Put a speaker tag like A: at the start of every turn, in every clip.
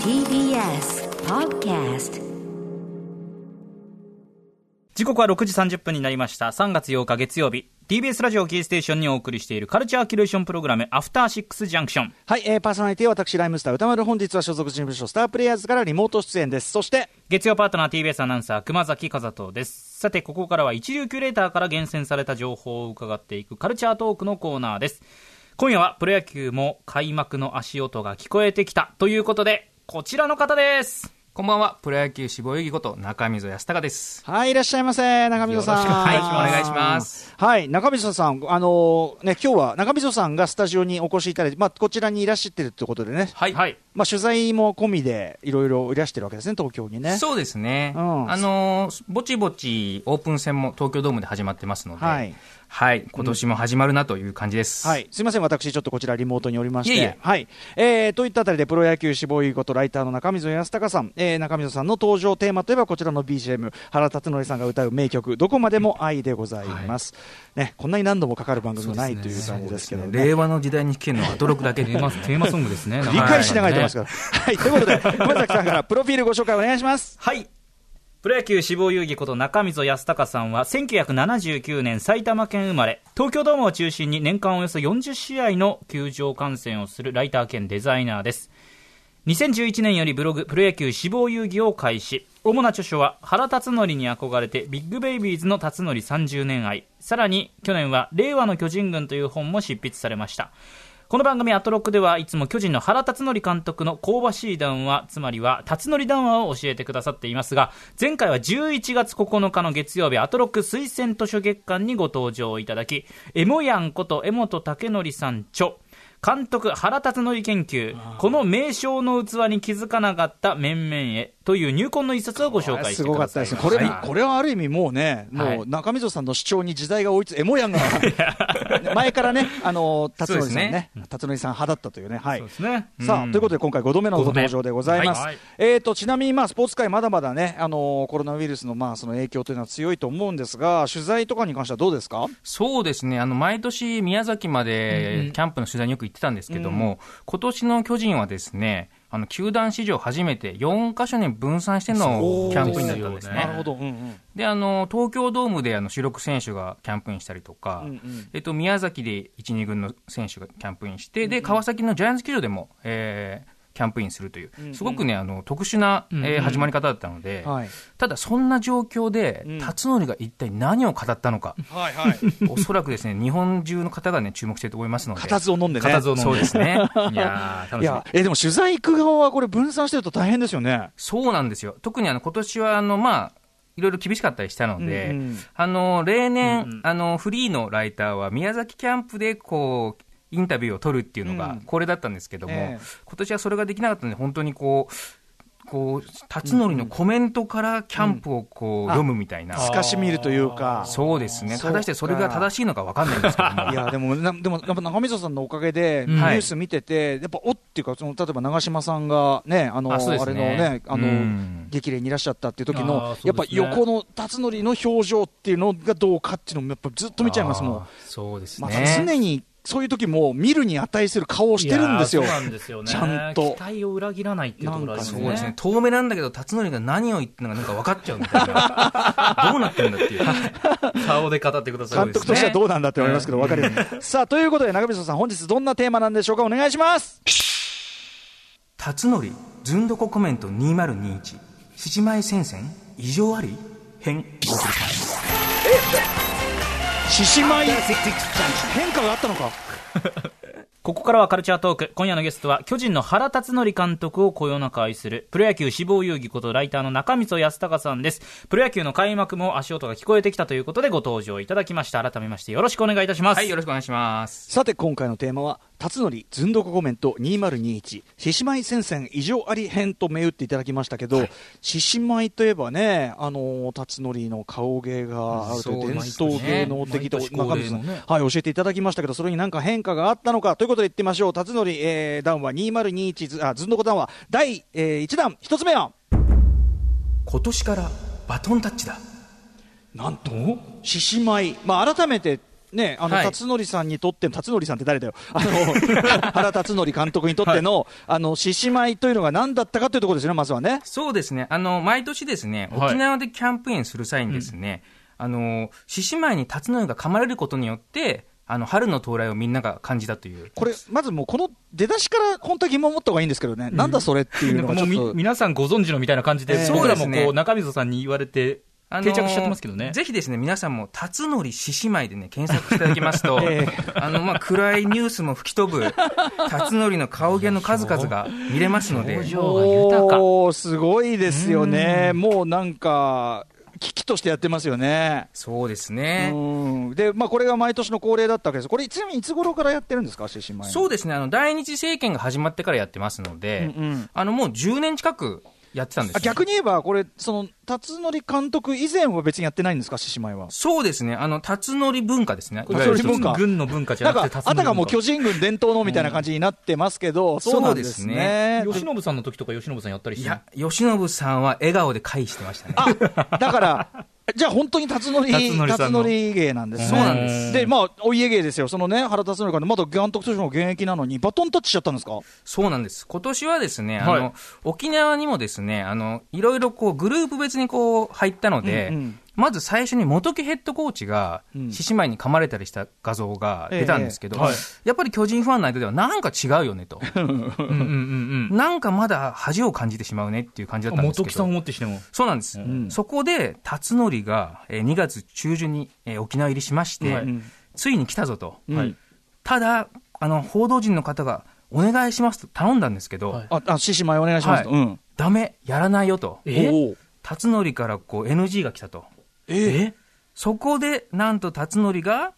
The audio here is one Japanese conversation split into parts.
A: TBS Podcast
B: 時刻は6時30分になりました3月8日月曜日 TBS ラジオキーステーションにお送りしているカルチャーキュレーションプログラム「アフターシックスジャンクション
C: はい、えー、パーソナリティは私、ライムスター歌丸、本日は所属事務所、スタープレイヤーズからリモート出演です。そして、」
B: 月曜パートナー TBS アナウンサー熊崎和人ですさてここからは一流キュレーターから厳選された情報を伺っていくカルチャートークのコーナーです今夜はプロ野球も開幕の足音が聞こえてきたということでこちらの方です
D: こんばんは、プロ野球志望遊戯こと中溝康隆です。
C: はい、いらっしゃいませ、中溝さん。
D: よろしくはいお願いします。
C: はい、中溝さん、あのーね、今日は中溝さんがスタジオにお越しいただいて、まあ、こちらにいらっしゃってるってことでね、
D: はい。
B: はい
C: まあ、取材も込みで、いろいろいらしてるわけですね、東京にね。
D: そうですね。
C: うん
D: あのーぼちぼちオープン戦も東京ドームで始まってますので、
C: は
D: はいい。今年も始まるなという感じです。
C: はい、すみません、私、ちょっとこちら、リモートにおりまして、
D: いえいえ
C: はいえー、といったあたりで、プロ野球志望いうこと、ライターの中溝康隆さん、えー、中溝さんの登場テーマといえば、こちらの BGM、原辰徳さんが歌う名曲、どこまでも愛でございます、ね、こんなに何度もかかる番組もないという感じですけどね。
D: 令和の時代に聞けるのは驚くだけ
B: テーマテーマソングですね
C: 理解しながらやってますから。はい、というこ とで、熊崎さんからプロフィールご紹介お願いします。
B: はい。プロ野球志望遊戯こと中溝康隆さんは1979年埼玉県生まれ東京ドームを中心に年間およそ40試合の球場観戦をするライター兼デザイナーです2011年よりブログプロ野球志望遊戯を開始主な著書は原辰徳に憧れてビッグベイビーズの辰徳30年愛さらに去年は令和の巨人軍という本も執筆されましたこの番組アトロックではいつも巨人の原辰徳監督の香ばしい談話、つまりは辰徳談話を教えてくださっていますが、前回は11月9日の月曜日アトロック推薦図書月間にご登場いただき、エモヤンこと江本武則さん著、監督原辰徳研究、この名称の器に気づかなかった面々へという入魂の一冊をご紹介して
C: す
B: く
C: ごか
B: だ
C: った
B: さいま
C: です
B: した。
C: ね。これ、
B: はい
C: これはある意味もうね、
B: は
C: もう
B: い
C: 中溝さんの主張に時代が追いつい、エモヤ ンが、前からね、あの、辰徳さんね、辰徳さん派だったというね、はい
B: そう。ですね。
C: さあ、ということで今回5度目のご登場でございます。
B: 五度目はい
C: えー、とちなみにまあスポーツ界まだまだね、あのーコロナウイルスのまあその影響というのは強いと思うんですが、取材とかに関してはどうですか？
D: そうですね、あの毎年、宮崎までキャンプの取材によく行ってたんですけども、今年の巨人はですね、あの球団史上初めて4箇所に分散してのキャンプインだったんです
B: そうですよね
D: ね
C: なる。ほど。うんうん。
D: であの東京ドームであの主力選手がキャンプインしたりとか、
C: うんうん
D: えっと、宮崎で1、2軍の選手がキャンプインして、で川崎のジャイアンツ球場でも、えーキャンプインするという、すごくね、あの特殊な、
B: んうん
D: えー始まり方だったので、
C: はい
D: ただ、そんな状況で、
C: うん
D: 辰徳が一体何を語った のか、
C: はいはい。
D: おそらくですね日本中の方がね注目してると思いますの で、
C: 固唾を飲んでね。
B: 固唾を飲んで
D: そうで すね、いや
C: い
D: ー楽しみ
C: や。、えーでも取材行く側はこれ分散してると大変ですよね。
D: そうなんですよ。特にあの、今年は、あの、まあ、いろいろ厳しかったりしたので、
C: うんうん
D: あの、例年、あの、フリーのライターは宮崎キャンプで、こう、インタビューを取るっていうの
C: う
D: が
C: ん
D: これだったんですけども、
C: ええ
D: 今年はそれができなかったので、本当にこう、こう、辰徳のコメントからキャンプをこう、
C: ん
D: 読むみたいな、
C: 透かし見るというか。
D: そうですね。
C: そうか
D: 果たしてそれが正しいのかわかんないんですけども。
C: いやでもなでもやっぱ中溝さんのおかげで
B: うん
C: ニュース見てて、やっぱおっていうかその例えば長嶋さんがねあのあ
D: あそうです
C: れの
D: ね
C: ねあの、
D: うん
C: 激励にいらっしゃったっていう時
B: あー
C: の
B: そう
C: やっぱ
B: ですね
C: 横の辰徳の表情っていうのがどうかっていうのもやっぱずっと見ちゃいますもん
D: あー。そうです
C: ま
D: ね。
C: あ、常にそういう時も見るに値する顔をしてるんですよ。
B: いやーそうなんですよね。
C: ちゃんと
B: 期待を裏切らないっていうところあります
D: そ
B: ね。
D: うですね。遠目なんだけど、辰徳が何を言ってるのかなんか分かっちゃうみたい な。どうなってんだっていう。
B: 顔で語ってください。
C: 監督としてはどうなんだって思いますけど、わかります。さあ、ということで、中溝さん、本日どんなテーマなんでしょうか、お願いします。
D: 辰徳、ずんどこコメント2021、七枚戦線、異常あり編。
C: 獅子舞変化があったのか。
B: ここからはカルチャートーク。今夜のゲストは、巨人の原辰徳監督をこよなく愛する、プロ野球志望遊戯ことライターの中溝康隆さんです。プロ野球の開幕も足音が聞こえてきたということでご登場いただきました。改めましてよろしくお願いいたします。
D: はい、よろしくお願いします。
C: さて、今回のテーマは、辰徳ずんどこコメント2021、獅子舞戦線異常あり編と銘打っていただきましたけど、獅子舞といえばね、あのー、辰徳の顔芸があるという
D: そう
C: 伝
D: ですね
C: 統芸能的と、
D: 毎年
C: 中
D: 恒
C: 水
D: 例
C: さ
D: の
C: ん、
D: ね
C: はい、教えていただきましたけど、それに何か変化があったのかということで言ってみましょう。辰徳、えー、談話2021ず、あ、ずんどこ談話、第、え1弾、1つ目は、
D: 今年からバトンタッチだ。
C: なんと獅子舞、まあ、改めてね、あの、
D: はい
C: 辰徳さんにとっての、辰徳さんって誰だよ。あの、原辰徳監督にとっての、あの、獅子舞というのが何だったかというところですね、まずはね。
D: そうですね。あの、毎年ですね、
B: はい
D: 沖縄でキャンプインする際にですね、あの、獅子舞に辰のが噛まれることによって、あの、春の到来をみんなが感じたという。
C: これ、まずもうこの出だしから本当は疑問を持った方がいいんですけどね、なんだそれっていう
B: な
C: の
B: んか
C: がち
B: もう
C: ょっ
B: み
C: と。
B: 皆さんご存知のみたいな感じ
C: え
B: で、
C: え
B: 僕ら
D: そ
B: も
D: うです
B: こう
D: ね
B: 中溝さんに言われて、
D: あの
B: 定着しちゃってますけどね。
D: ぜひですね、皆さんも、辰徳獅子舞でね、検索していただきます と、
C: え
D: あの、まあ、暗いニュースも吹き飛ぶ、辰徳の顔芸の数々が見れますので、
B: 表情が豊か。
C: おーすごいですよね、もうなんか、危機としてやってますよね。
D: そうですね。
C: うんで、まあ、これが毎年の恒例だったわけです、これ、ちなみにいつ頃からやってるんですか、獅子舞
D: そう
C: で
D: ですね、あの、第二次政権が始まってからやってますので、
C: うんうん
D: あの、もう10年近くやってたんですよ
C: 逆に言えば、これ、その辰徳監督以前は別にやってないんですか、獅子舞は。
D: そうですね、あの、辰徳文化ですね。
C: これ
D: いわゆる
C: 辰徳文化
B: 軍の文化じ
C: な
B: ゃ
C: ん
B: な
C: か
B: くて、
C: あたかも
B: 辰
C: 巨人軍伝統のみたいな感じになってますけど、そうなんですね。
B: 野吉信さんの時とか、吉信さんやったりし
D: い
B: て
D: や、吉信さんは笑顔で会してましたね。
C: あだから、 じゃあ本当に辰徳、
B: 辰徳
C: 辰
B: さんの
C: 徳芸なんですね。
D: そうなんです
C: で、まあ、お家芸ですよ。そのね、原辰徳監督、まだ監督としても現役なのに、バトンタッチしちゃったんですか
D: そうなんです。今年はですね、
B: はい
D: あの、沖縄にもですね、あの、いろいろこう、グループ別にこう、入ったので、
C: うんうん
D: まず最初に元木ヘッドコーチが
C: うん、
D: 獅子舞に噛まれたりした画像が出たんですけど、
B: ええはい
D: やっぱり巨人ファンの間では、なんか違う よねと。
B: うんうんうん
D: なんかまだ恥を感じてしまうねっていう感じ
B: う
D: だ
B: ん。
D: ったんです
B: 元
D: け
B: 木さんを
D: ど。
B: もってしても。
D: そうなんです。
C: ん
D: そこで、辰徳が、えー2月中旬に、えー沖縄入りしまして、
B: はい
C: うん
D: ついに来たぞと。
C: うん
B: はい
D: ただ、あの、報道陣の方が、お願いしますと頼んだんですけど、
B: はい
C: あ、あ獅子舞お願いしますと。
D: はい
C: うん。
D: ダメ、やらないよと。
B: え
C: おう
D: 辰徳からこう NG が来たと。
C: え
D: そこで、なんと辰徳が、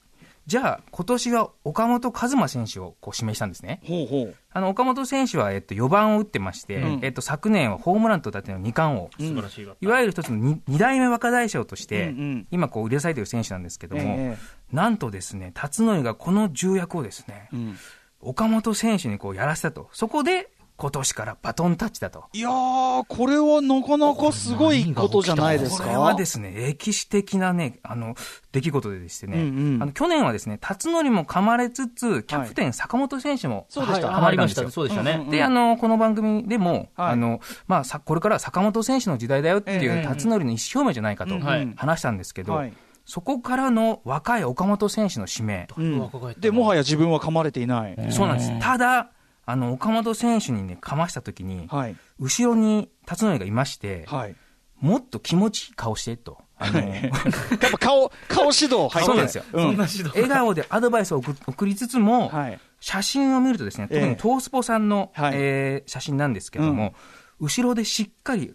D: じゃあ、今年は岡本和真選手をこう指名したんですね。
C: ほうほう。
D: あの、岡本選手は、えっと、4番を打ってまして、
C: うん
D: えっと、昨年はホームランと打点の2冠王。
B: 素晴らしいわ。
D: いわゆる一つの 2, 代目若大将として、
C: うんうん
D: 今こう売れされている選手なんですけども、
C: え
D: なんとですね、辰徳がこの重役をですね、
C: えうん
D: 岡本選手にこうやらせたと。そこで、今年からバトンタッチだと。
C: いやー、これはなかなかすごいことじゃないですか。
D: これはですね、歴史的なね、あの、出来事でですね、
C: うんうん
D: あの去年はですね、辰徳も噛まれつつ、キャプテン坂本選手も、
C: そうでした
D: はい
B: ハ
D: 噛
B: マ
D: ま
B: り
D: れ
B: ま
D: ま
B: し。
D: したた。
B: そうでしたね。
D: で、あの、この番組でも、
C: はい
D: あの、まあ、さこれから坂本選手の時代だよってい
C: ええ
D: う辰徳の意思表明じゃないかと
C: うん
B: はい
D: 話したんですけど、
C: はい
D: そこからの若い岡本選手の指名、
C: うんで、もはや自分は噛まれていない。
D: そうなんです。ただ、あの、岡本選手にね、かました時に、
C: はい。
D: 後ろに辰徳がいまして、
C: はい。
D: もっと気持ちいい顔して、と。あの、
C: やっぱ 顔、顔指導入って
D: そうなんですよ
C: うん
B: 同じだ
D: 笑顔でアドバイスを送送りつつも、
C: はい。
D: 写真を見るとですね、特
C: ええ
D: にトースポさんの、
C: はい
D: えー写真なんですけども、後ろでしっかり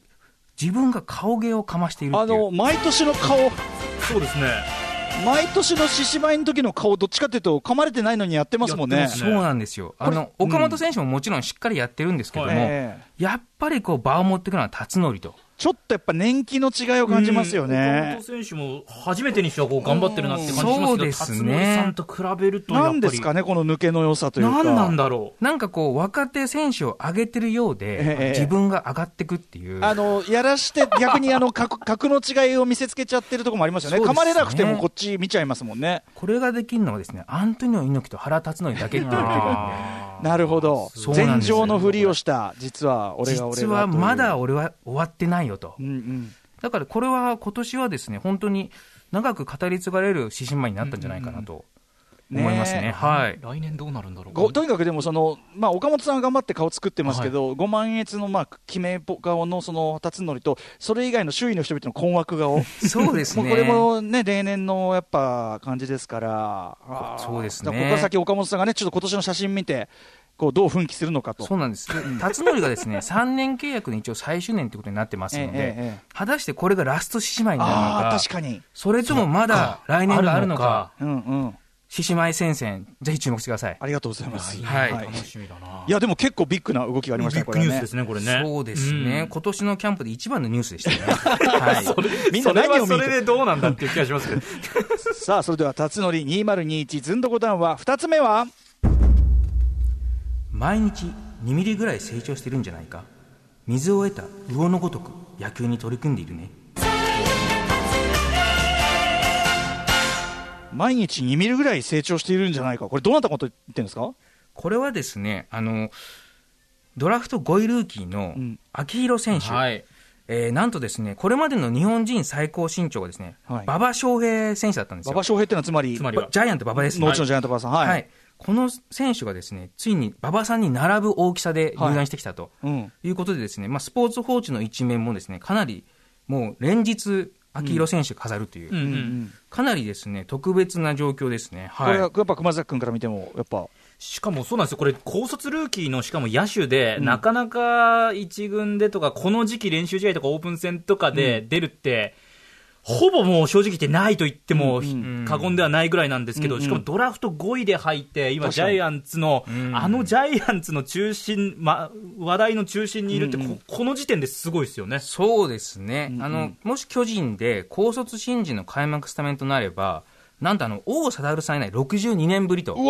D: 自分が顔芸をかましている
C: あ
D: ってい
C: の、
D: う。
C: 毎年の顔、
B: そうですね。
C: 毎年の獅子舞の時の顔、どっちかというと、噛まれてないのにやってますもん
B: や
C: ね
B: って。ます
D: そうなんですよ。あの、
C: これ
D: 岡本選手ももちろんしっかりやってるんですけども、
B: はい
C: ええ
D: やっぱりこう場を持ってくのは辰徳と。
C: ちょっとやっぱ年季の違いを感じますよ
B: う
C: ね
B: ん。岡本選手も初めてにしてはこう頑張ってるなって感じします
D: そ
B: け
D: う
B: ど、
D: です
B: 辰
D: ね
B: 徳さんと比べるとやっぱ
C: な
B: り。
C: んですかね、この抜けの良さというか。
B: 何なんだろ
D: なんかこう若手選手を上げてるようで、
C: ええ
D: 自分が上がってくっていう。
C: あの、やらして、逆にあの、格 格の違いを見せつけちゃってるとこもありますよね。
D: そうで
C: 噛
D: すね
C: まれなくてもこっち見ちゃいますもんね。
D: これができるのはですね、アントニオ猪木と原辰徳だけって言われてるんで。
C: なるほど。
D: そうなん
C: 前
D: ですよ
C: 情のふりをした、実は俺が俺がという。
D: 実はまだ俺は終わってないよと
C: うん。うん。
D: だからこれは今年はですね、本当に長く語り継がれる獅子舞になったんじゃないかなと
C: うん
D: 思
C: うん
D: いますね。
C: ね
D: はい。
B: 来年どうなるんだろう。
C: ごとにかくでもその、まあ、岡本さんは頑張って顔作ってますけど、ご満悦のまあ決め顔のその辰徳と、それ以外の周囲の人々の困惑顔、
D: そうです
C: もう
D: ね。
C: これもね、例年のやっぱ感じですから、あー
D: そうですね
C: だからここから先、岡本さんがね、ちょっと今年の写真見て、こうどう奮起するのかと。
D: そうなんです。辰徳がですね、3年契約で一応最終年ってことになってますの
C: え
D: で、
C: えええ
D: 果たしてこれがラスト獅子舞になるの
C: あ
D: か
C: あ、、確かに。
D: それともまだ来年があるのか、
C: うんうん。
D: 獅子舞戦線、ぜひ注目してください。
C: ありがとうございます。
D: はい
B: 楽しみだな。
C: いや、でも結構ビッグな動きがあり
B: ビ
C: ましたね、
B: ッ
C: こ
B: グ
C: れ
B: ニ
C: は
B: ュ
C: ね。
B: ースですね、これね。
D: そうですね、今年のキャンプで一番のニュースでしたね。 はい
B: み
C: み
B: ん
C: ん
B: な
C: な
B: 何
C: 何
B: を
C: を
B: そ
C: 見
B: れ
C: て
B: でどうなんだっていう気がしますけど。
C: さあ、それでは、辰徳2021ずんどこ談話、2つ目は
D: 毎日2ミリぐらい成長してるんじゃないか水を得た魚のごとく野球に取り組んでいるね
C: 毎日2ミリぐらい成長しているんじゃないか、これ、どなたこと言ってるんですか
D: これはですね、あの、ドラフト5位ルーキーの
C: うん
D: 秋広選手、
E: はい。
D: えーなんとですね、これまでの日本人最高身長がですね、
C: はい
D: 馬場翔平選手だったんです
C: 馬
D: よ。
C: 場翔平ってのはつまり、
E: つまり
D: ジャイアント馬場ですね、
C: 後のジャイアントバーさん、はい。
D: はいこの選手がですね、ついに馬場さんに並ぶ大きさで入団してきたと
C: うん、
D: いうことでですね、まあ、スポーツ報知の一面もですね、かなりもう連日、秋広選手飾るという、
B: うん
C: うんう
B: うん
C: ん
D: かなりですね、特別な状況ですね。
C: こ
D: はい。
C: れはやっぱ熊崎君から見ても、やっぱ、
B: しかもそうなんですよ、これ、高卒ルーキーのしかも野手で、なかなか一軍でとか、この時期練習試合とかオープン戦とかで出るって、ほぼもう正直言ってないと言ってもひ
D: ん
B: 過言ではないぐらいなんですけ
C: う
B: ど、
C: ん
B: しかもドラフト5位で入って、今、
C: 確
B: ジ
C: かに
B: ャイアンツの
D: う、ん
B: あのジャイアンツの中心、ま、話題の中心にいるって、
C: うんうん
B: ここの時点ですごいですよね。
D: そうですね、
C: うんうん
D: あのもし巨人で高卒新人の開幕スタメンとなれば、なんとあの王貞治さん以来62年ぶりと、
B: そ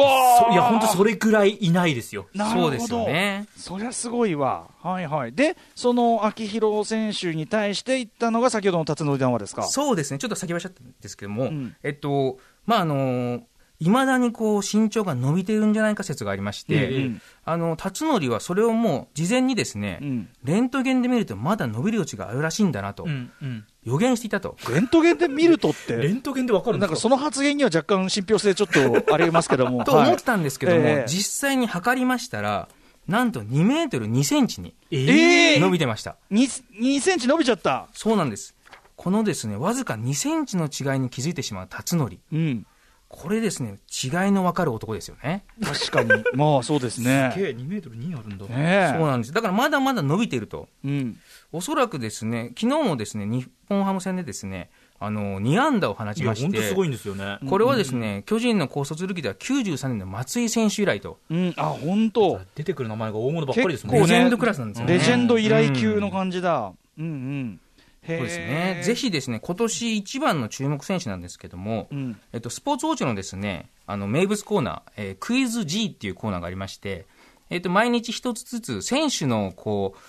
B: いや、本当それぐらいいないですよ。
C: なる
D: そ
C: ほど
D: うですよね。
C: そりゃすごいわ、はいはい、で、その秋広選手に対して言ったのが、先ほどの辰野談話ですか。
D: そうですね、ちょっと先走っちゃったんですけども、
C: うん
D: えっと、まああの、いまだにこう身長が伸びてるんじゃないか説がありまして、
C: うんうん
D: あの辰徳はそれをもう事前にですね、
C: うん
D: レントゲンで見ると、まだ伸びる余地があるらしいんだなと、
B: うんうん、
D: 予言していたと、
C: レントゲンで見るとっ
B: レ
C: て、
B: ントゲンでわかるん
C: な
B: で
C: ん
B: すか
C: かその発言には若干信憑性ちょっとありますけども、
D: と思ってたんですけども、
C: ええ
D: 実際に測りましたら、なんと2メートル2センチに
B: え
C: えー
D: 伸びてました。
C: 2, 2センチ伸びちゃった、
D: そうなんです。このですね、わずか2センチの違いに気づいてしまう辰徳。
C: うん、
D: これですね、違いの分かる男ですよね。
C: 確かに、まあそうですね。
B: 計2メートル2あるんだ。
C: ねえ
D: そうなんです。だからまだまだ伸びていると。
C: うん、
D: おそらくですね、昨日もですね、日本ハム戦でですね、あの、2安打を放
B: い
D: ち
B: や、
D: まし
B: 本当すご
D: て、
B: いんですよね。
D: これはですね、巨人の高卒ルーキーでは93年の松井選手以来と、
C: うん、あ本当
B: 出てくる名前が大物ばっかりですもん
C: 結構
D: レ
B: ね。
D: ジェンドクラスなんですよね。
C: レジェンド依頼級の感じだ、うんうん、へえ
D: そうですね。ぜ、ひですね、今年一番の注目選手なんですけども、
C: うん、
D: えっと、スポーツ報知のですね、あの、名物コーナー、えークイズ G っていうコーナーがありまして、えっと、毎日一つずつ選手の、こう、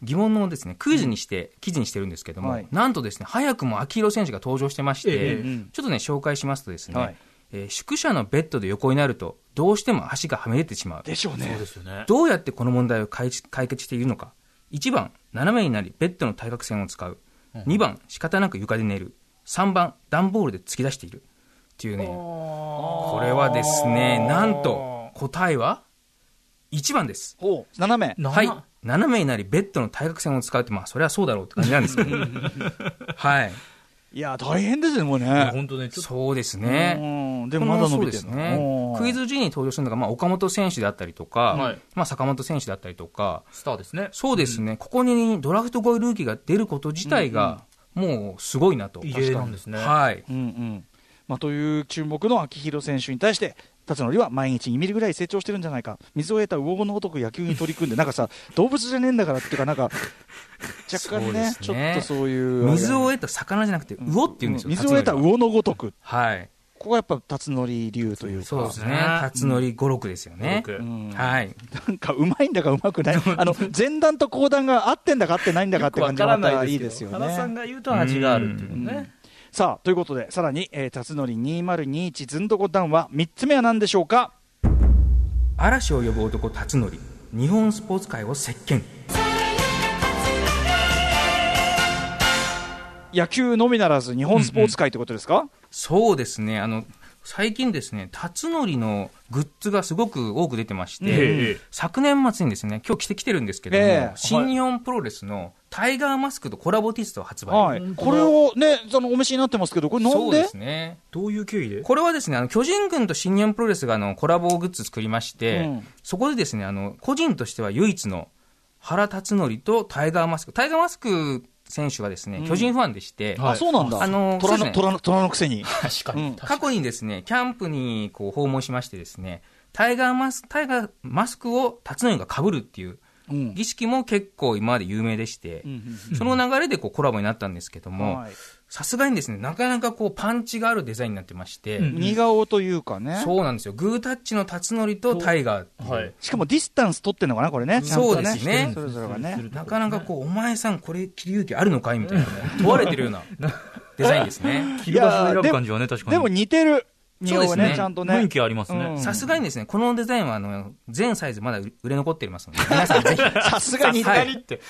D: 疑問のですね、クイズにして、記事にしてるんですけども、
C: はい
D: なんとですね、早くも秋広選手が登場してまして、
B: え
C: え
D: ちょっとね、紹介しますとですね、
C: はい
D: えー宿舎のベッドで横になると、どうしても足がはみ出てしまう。
C: でしょうね
B: そうですよね。
D: どうやってこの問題を解決解決しているのか。1番、斜めになり、ベッドの対角線を使う。2番、仕方なく床で寝る。3番、段ボールで突き出している。っていうね、これはですね、なんと、答えは1番です。
C: ほう斜め
B: な
D: はい。斜めになり、ベッドの対角線を使うって、まあ、それはそうだろうって感じなんですけど。はい。
C: いや大変ですねもう
B: いや
C: ね
B: 本当ね、ちょっと。
D: そうですね。
C: うんで
D: で
C: も
D: も
C: ま
D: ま
C: だ
D: だ
C: 伸
D: 伸
C: び
D: び
C: て
D: て
C: る
D: る
C: の
D: ね、クイズ G に登場するのが、まあ、岡本選手であったりとか、
B: はい
D: まあ、坂本選手であったりとか、
B: スターですね。
D: そうですね、ここにドラフト5位ルーキーが出ること自体が、もうすごいなと。
B: 異例なんですね
D: はい。
C: うんうんまあ、という注目の秋広選手に対して辰徳は毎日2ミリぐらい成長してるんじゃないか水を得た魚のごとく野球に取り組んでなんかさ動物じゃねえんだからっていうかなんか若干ねち
D: そうです
C: ょ
D: ね
C: っとそういう
D: 水を得た魚じゃなくて、魚って言うんですよ。
C: 水を得た
D: 辰徳
C: 魚のごとく
D: は。はい。
C: ここがやっぱ辰徳流というか
D: そうですね
B: ね。
D: 辰徳五六ですよね。
B: 僕
C: うん
D: はい。
C: なんかうまいんだかうまく ないあの前段と後段が合ってんだか合ってないんだかって感じがまたいいですよ
B: 原さん
C: ね。
B: が言うと味があるっていうね。
C: さあということでさらに、えー、辰徳2021ずんどこ談話3つ目は何でしょうか
D: 嵐を呼ぶ男、辰徳。日本スポーツ界を席巻。
C: 野球のみならず日本スポーツ界ということですか、
D: そうですね。あの、最近ですね、辰徳のグッズがすごく多く出てまして、
B: ええ
D: 昨年末にですね、今日着てきてるんですけども、
C: ええ
D: 新日本プロレスのタイガーマスクとコラボ T シャツを発売。
C: はい、これをねそのお召しになってますけどこれな
D: そ
C: ん
D: うで
C: です
D: ね。
B: どういう経緯で
D: これはですね、あの、巨人軍と新日本プロレスがあの、コラボグッズ作りまして、
C: うん
D: そこでですね、あの、個人としては唯一の原辰徳とタイガーマスク。タイガーマスク選手がですね、巨人ファンでして、
C: あそうなんだ
D: あの
C: 虎の
D: そうですね
C: 虎の虎のくせに
B: 確か
C: に
D: 過去にですね、キャンプにこう訪問しましてですね、タイガーマスク、タイガーマスクを辰徳が被るっていう
C: うん
D: 儀式も結構今まで有名でして、
C: うん
D: その流れでこうコラボになったんですけど
C: うん
D: も
C: はい、
D: さすがにですね、なかなかこうパンチがあるデザインになってまして、
B: うん
C: 似顔というかね
D: そうなんですよ。グータッチの辰徳とタイガーっていう
B: はい。
C: しかもディスタンス取ってんのかなこれねちゃんと
D: そうですね
C: それぞれがね
D: なかなかこう、お前さんこれ着る勇気あるの かいみたいなね、問われてるようなデザインですね。
B: 切り場所を選ぶ感じはね、確かに。
C: でも似てる匂いを
D: そうです
C: ね、
D: ね
C: ちゃんと
B: 雰囲
C: ね。
B: 気ありますね、
C: うん
D: さすがにですね、このデザインはあの全サイズまだ売れ残っていますので、皆さんぜ ひ。
C: さすがに、、
D: はいい
B: って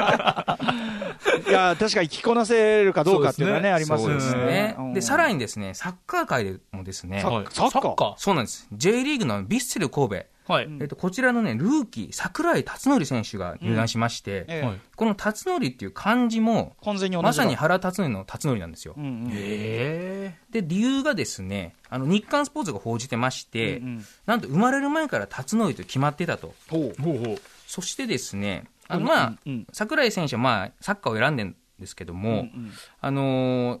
C: や、確かに着こなせるかどうかっていうのはね、あります
D: そう
C: よ
D: ですね
C: う。ん
D: で、さらにですね、サッカー界でもですね
C: サ、ッ
B: はい
C: サッカー
D: そうなんです。J リーグのヴィッセル神戸。
B: はい、
D: えっと、こちらのね、ルーキー、桜井辰徳選手が入団しまして、
C: ええ
B: はい
D: この辰徳っていう漢字も、
C: 完全に同じだ
D: まさに原辰徳の辰徳なんですよ
C: う。んうん
B: え
D: で、理由がですね、あの、日刊スポーツが報じてまして、
C: うんうん
D: なんと生まれる前から辰徳と決まってたと。
C: ほ
B: えほうほう
D: そしてですね、あの、まあ、
C: うんうん
D: 桜井選手はまあ、サッカーを選んでるんですけども、
C: ううん
D: あのー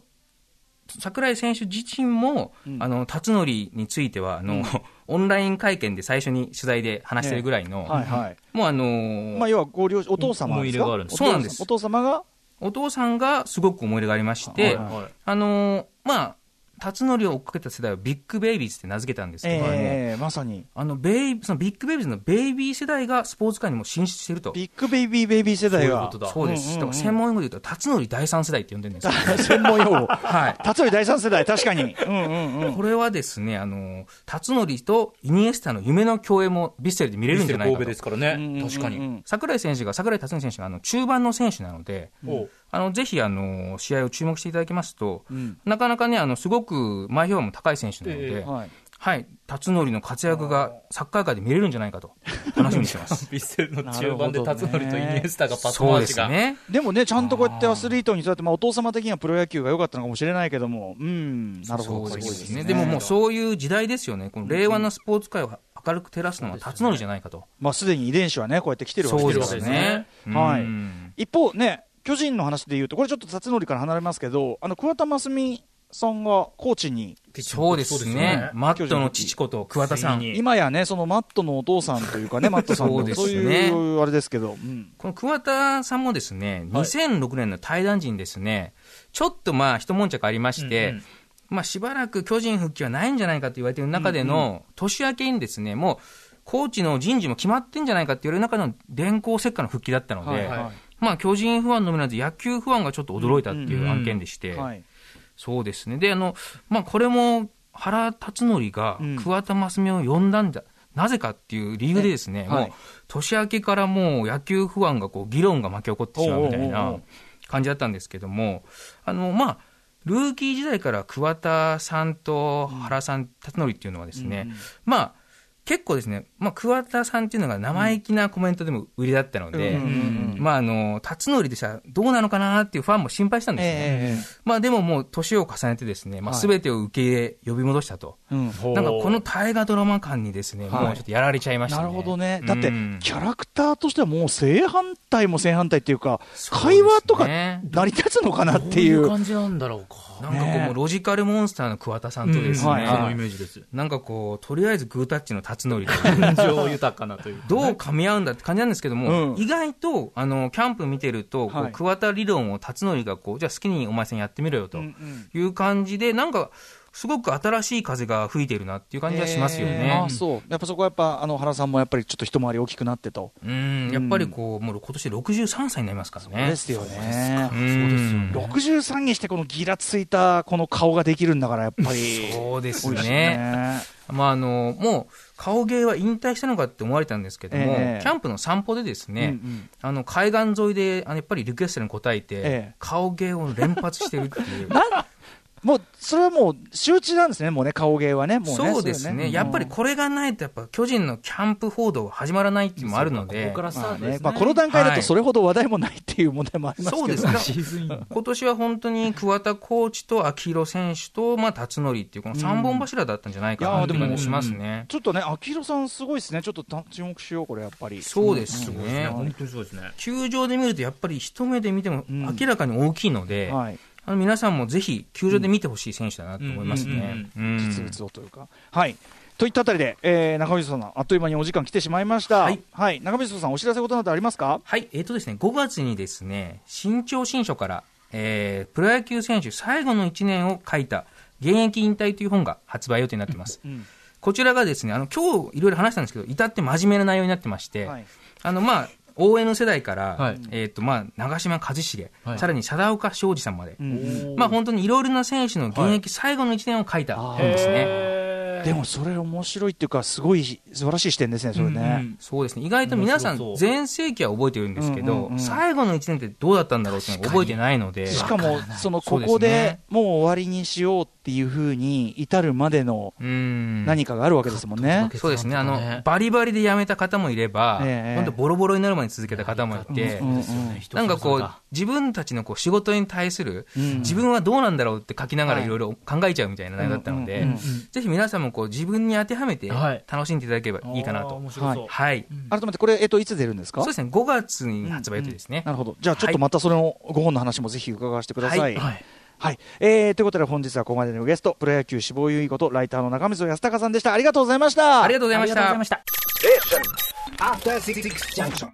D: 桜井選手自身も、
C: うん
D: あの辰徳についてはあの、オンライン会見で最初に取材で話してるぐらいの、
C: はいはい。
D: もうあのー
C: まあ、要はご両親、お父様ですか
B: 思い入れがあるんです
C: お父様
D: そうなんです
C: お父様が、
D: お父さんがすごく思い入れがありまして、
C: はい
B: はい
D: あのーまあ辰徳を追っかけた世代はビッグベイビーズって名付けたんですけども、
C: ええまさに。
D: あのベイそのビッグベイビーズのベイビー世代がスポーツ界にも進出してると。
C: ビッグベイビーベイビー世代
B: そうい
C: が
B: うことだ
D: そうです、
C: うんうんうん
D: だから専門用語で言うと、辰徳第三世代って呼んでるんですけど
C: 専門用語。
D: はい、
C: 辰巳第三世代、確かに。うんうんうん。
D: これはですね、あの、辰徳とイニエスタの夢の共演もヴィッセルで見れるんじゃない
B: 神
D: か
B: 戸
D: と
B: で。すからね
C: うん
B: 確かに、
C: うんうん
D: 桜井選手が、桜井辰徳選手があの中盤の選手なので、
B: おう
D: あの、ぜひ、あの、試合を注目していただきますと、
C: ん
D: なかなかね、あの、すごく前評判も高い選手なので、
B: ええ
C: はい。
D: はい、辰徳の活躍がサッカー界で見れるんじゃないかと、楽しみにしてます。
B: ヴィッセルの中盤で
C: なるほど
B: 辰
C: ね
B: 徳とイニエスタがパス
D: そう
B: 回
D: で
B: し
D: す
B: が、
D: ね。
C: でもね、ちゃんとこうやってアスリートにそうやって、まあ、お父様的にはプロ野球が良かったのかもしれないけども、うん、なるほど、
D: そうですね。
C: で
D: で
C: も
D: ももうそういう時代ですよね。この令和のスポーツ界を明るく照らすのは辰徳じゃないかと。
C: まあ、すでに遺伝子はね、こうやって来てるわけ
D: そう
C: です
D: で
C: よ
B: 来
D: す
B: てるわけ
D: ね。
C: すねはい
D: うん
C: 一方ね、巨人の話で言うと、これちょっと辰徳から離れますけど、あの桑田真澄さんがコーチに、
D: そうです
B: よ
D: ね。マットの父こと桑田さ
B: ついに
D: ん。
C: 今やね、そのマットのお父さんというかね、マットさん
D: そう
C: の
D: です
C: そ
D: ね
C: ういうあれですけど、うん
D: この桑田さんもですね、
B: はい
D: 2006年の対談時にですね、ちょっとまあ一悶着ありまして、
B: うんうん
D: まあしばらく巨人復帰はないんじゃないかと言われている中での、年明けにですね、もう、コーチの人事も決まってんじゃないかって言われる中の電光石火の復帰だったので、
B: はいはい
D: まあ巨人ファンのみならず野球ファンがちょっと驚いたっていう案件でして、
C: はい、
D: そうですね。で、あの、まあ、これも、原辰徳が
C: うん
D: 桑田真澄を呼んだんだ、なぜかっていう理由でですね、
C: はい
D: もう、年明けからもう野球不安がこう、議論が巻き起こってしまうみたい
C: おうおうおうお
D: な
C: う
D: 感じだったんですけども、あの、まあ、ルーキー時代から桑田さんと原さん、辰徳っていうのはですね、まあ、結構ですね、まあ、桑田さんっていうのが生意気なコメントでも売りだったの
C: う
D: で、
C: んうんうん
D: まあ、あの、辰徳でしたらどうなのかなっていうファンも心配したんですね。
C: え
D: まあでももう年を重ねてですね、まあ
C: はい
D: 全てを受け入れ、呼び戻したと。
C: えうん
B: ほう
D: なんかこの大河ドラマ感にですね、
C: はい
D: もうちょっとやられちゃいまし
C: な
D: たね。
C: るほどね、だって
D: うん
C: キャラクターとしてはもう正反対も正反対っていうか、
D: そうですね
C: 会話とか成り立つのかな ってい
B: どう
C: う、
B: 感じなんだろうか
D: なんかこうもうロジカルモンスターの桑田さんとです
C: うん
D: ね、
C: はいはい
B: そのイメージです
D: なんかこう、とりあえずグータッチの 辰徳と
B: 感情豊かなという
D: どう噛み合うんだって感じなんですけども、
C: うん
D: 意外と、あの、キャンプ見てると、こ
C: はいう
D: 桑田理論を辰徳がこう、じゃあ好きにお前さんやってみろよと
C: うんうん
D: いう感じで、なんか、すごく新しい風が吹いてるなっていう感じはしますよ
C: えー
D: ね
C: あ。そうやっぱそこはやっぱあの原さんもやっぱりちょっと一回り大きくなってと、
D: うん、やっぱりこう、もう今年63歳になりますからね。
C: ですよね
D: そうですよね。
C: 63にしてこのギラついたこの顔ができるんだからやっぱり
D: そうです
C: 美味しい
D: ね。まあ、あの、もう、顔芸は引退したのかって思われたんですけども、
C: ええ
D: キャンプの散歩でです
C: うんう
D: ね、
C: ん
D: あの、海岸沿いで、あの、やっぱりリクエストに応えて、
C: ええ
D: 顔芸を連発してるっていう。
C: もうそれはもう周知なんですねもうね顔芸はねもうね
D: そうです
C: い
D: ね。
C: の
D: やっぱりこれがないと、やっぱ巨人のキャンプ報道は始まらないっていうのもあるので、
B: ここからスタ
C: まあ
B: ートです
C: ね
B: ね
C: まあ、この段階だ
D: は
C: と
D: い
C: それほど話題もないっていう問題もありますけど
D: そうです
C: ね
D: ね。
B: シーズンイン
D: 今年は本当に桑田コーチと秋広選手と、まあ、辰徳っていう、この3本柱だったんじゃないか
C: うんい
D: な
C: やー
D: って感
C: で
D: じ
C: も
D: がしますね。
C: ちょっとね秋広さんすごいですねちょっとた注目しようこれやっぱり
D: そうです
C: ん
D: ね。
B: 本当にそうですね
D: 球場で見ると、やっぱり一目で見ても
C: ん
D: 明らかに大きいので、
C: はい
D: あの皆さんもぜひ球場で見てほしい選手だなと思いますね。うん
C: 実物をというか。はいといったあたりで、えー、中水さん、あっという間にお時間来てしまいました。は
D: はいい、
C: 中水さん、お知らせことなどありますか。
D: はい、えっ、とですね、5月にですね、新潮新書から、えー、プロ野球選手最後の1年を書いた、現役引退という本が発売予定になってます。
C: ん
D: こちらがですね、あの、今日いろいろ話したんですけど、至って真面目な内容になってまして、
C: はい
D: あの、まあ、 ON 世代から、
B: はい
D: えーとまあ、長嶋一茂、
B: はい
D: さらに佐田岡庄司さんまで、
C: うん
D: まあ、本当にいろいろな選手の現
B: はい
D: 役最後の1年を書いた本ですね。
C: でもそれ面白いっていうかすごい素晴らしい視点ですねそれね、
B: うん
D: そうですね意外と皆さん
B: 面白そう
D: 全盛期は覚えてるんですけど、
C: うんうんうん
D: 最後の1年ってどうだったんだろうっていうのを覚えてないので
C: しかもその
D: そう
C: こ
D: ですね
C: こでもう終わりにしようっていうふうに至るまでの
D: うん
C: 何かがあるわけですもんね、
D: そうですねあ
B: 決断とか
D: の
B: ね
D: バリバリで辞めた方もいれば、
C: ええ
D: 本当ボロボロになるまで続けた方もいて、
C: うんうん
D: なんかこう自分たちのこう仕事に対する、
C: うん
D: 自分はどうなんだろうって書きながらいろいろ考えちゃうみたいな内容だったので、
C: うんうんうん
D: ぜひ皆さんもこう自分に当てはめて
B: はい
D: 楽しんでいただければいいかなと。
B: 面白そう、
D: はい、
C: 改めてこれ、えっと、いつ出るんですか
D: そうですね5月に発売予定ですね。
C: なるほどじゃあちょっとまたそのご本の話もぜひ伺わせてください、
D: は
C: はいい
B: はい
C: えーということで本日はここまでのゲストプロ野球志望優衣ことライターの中溝康隆さんでしたありがとうございました
D: ありがとうございました。
B: した
E: After Six Junction.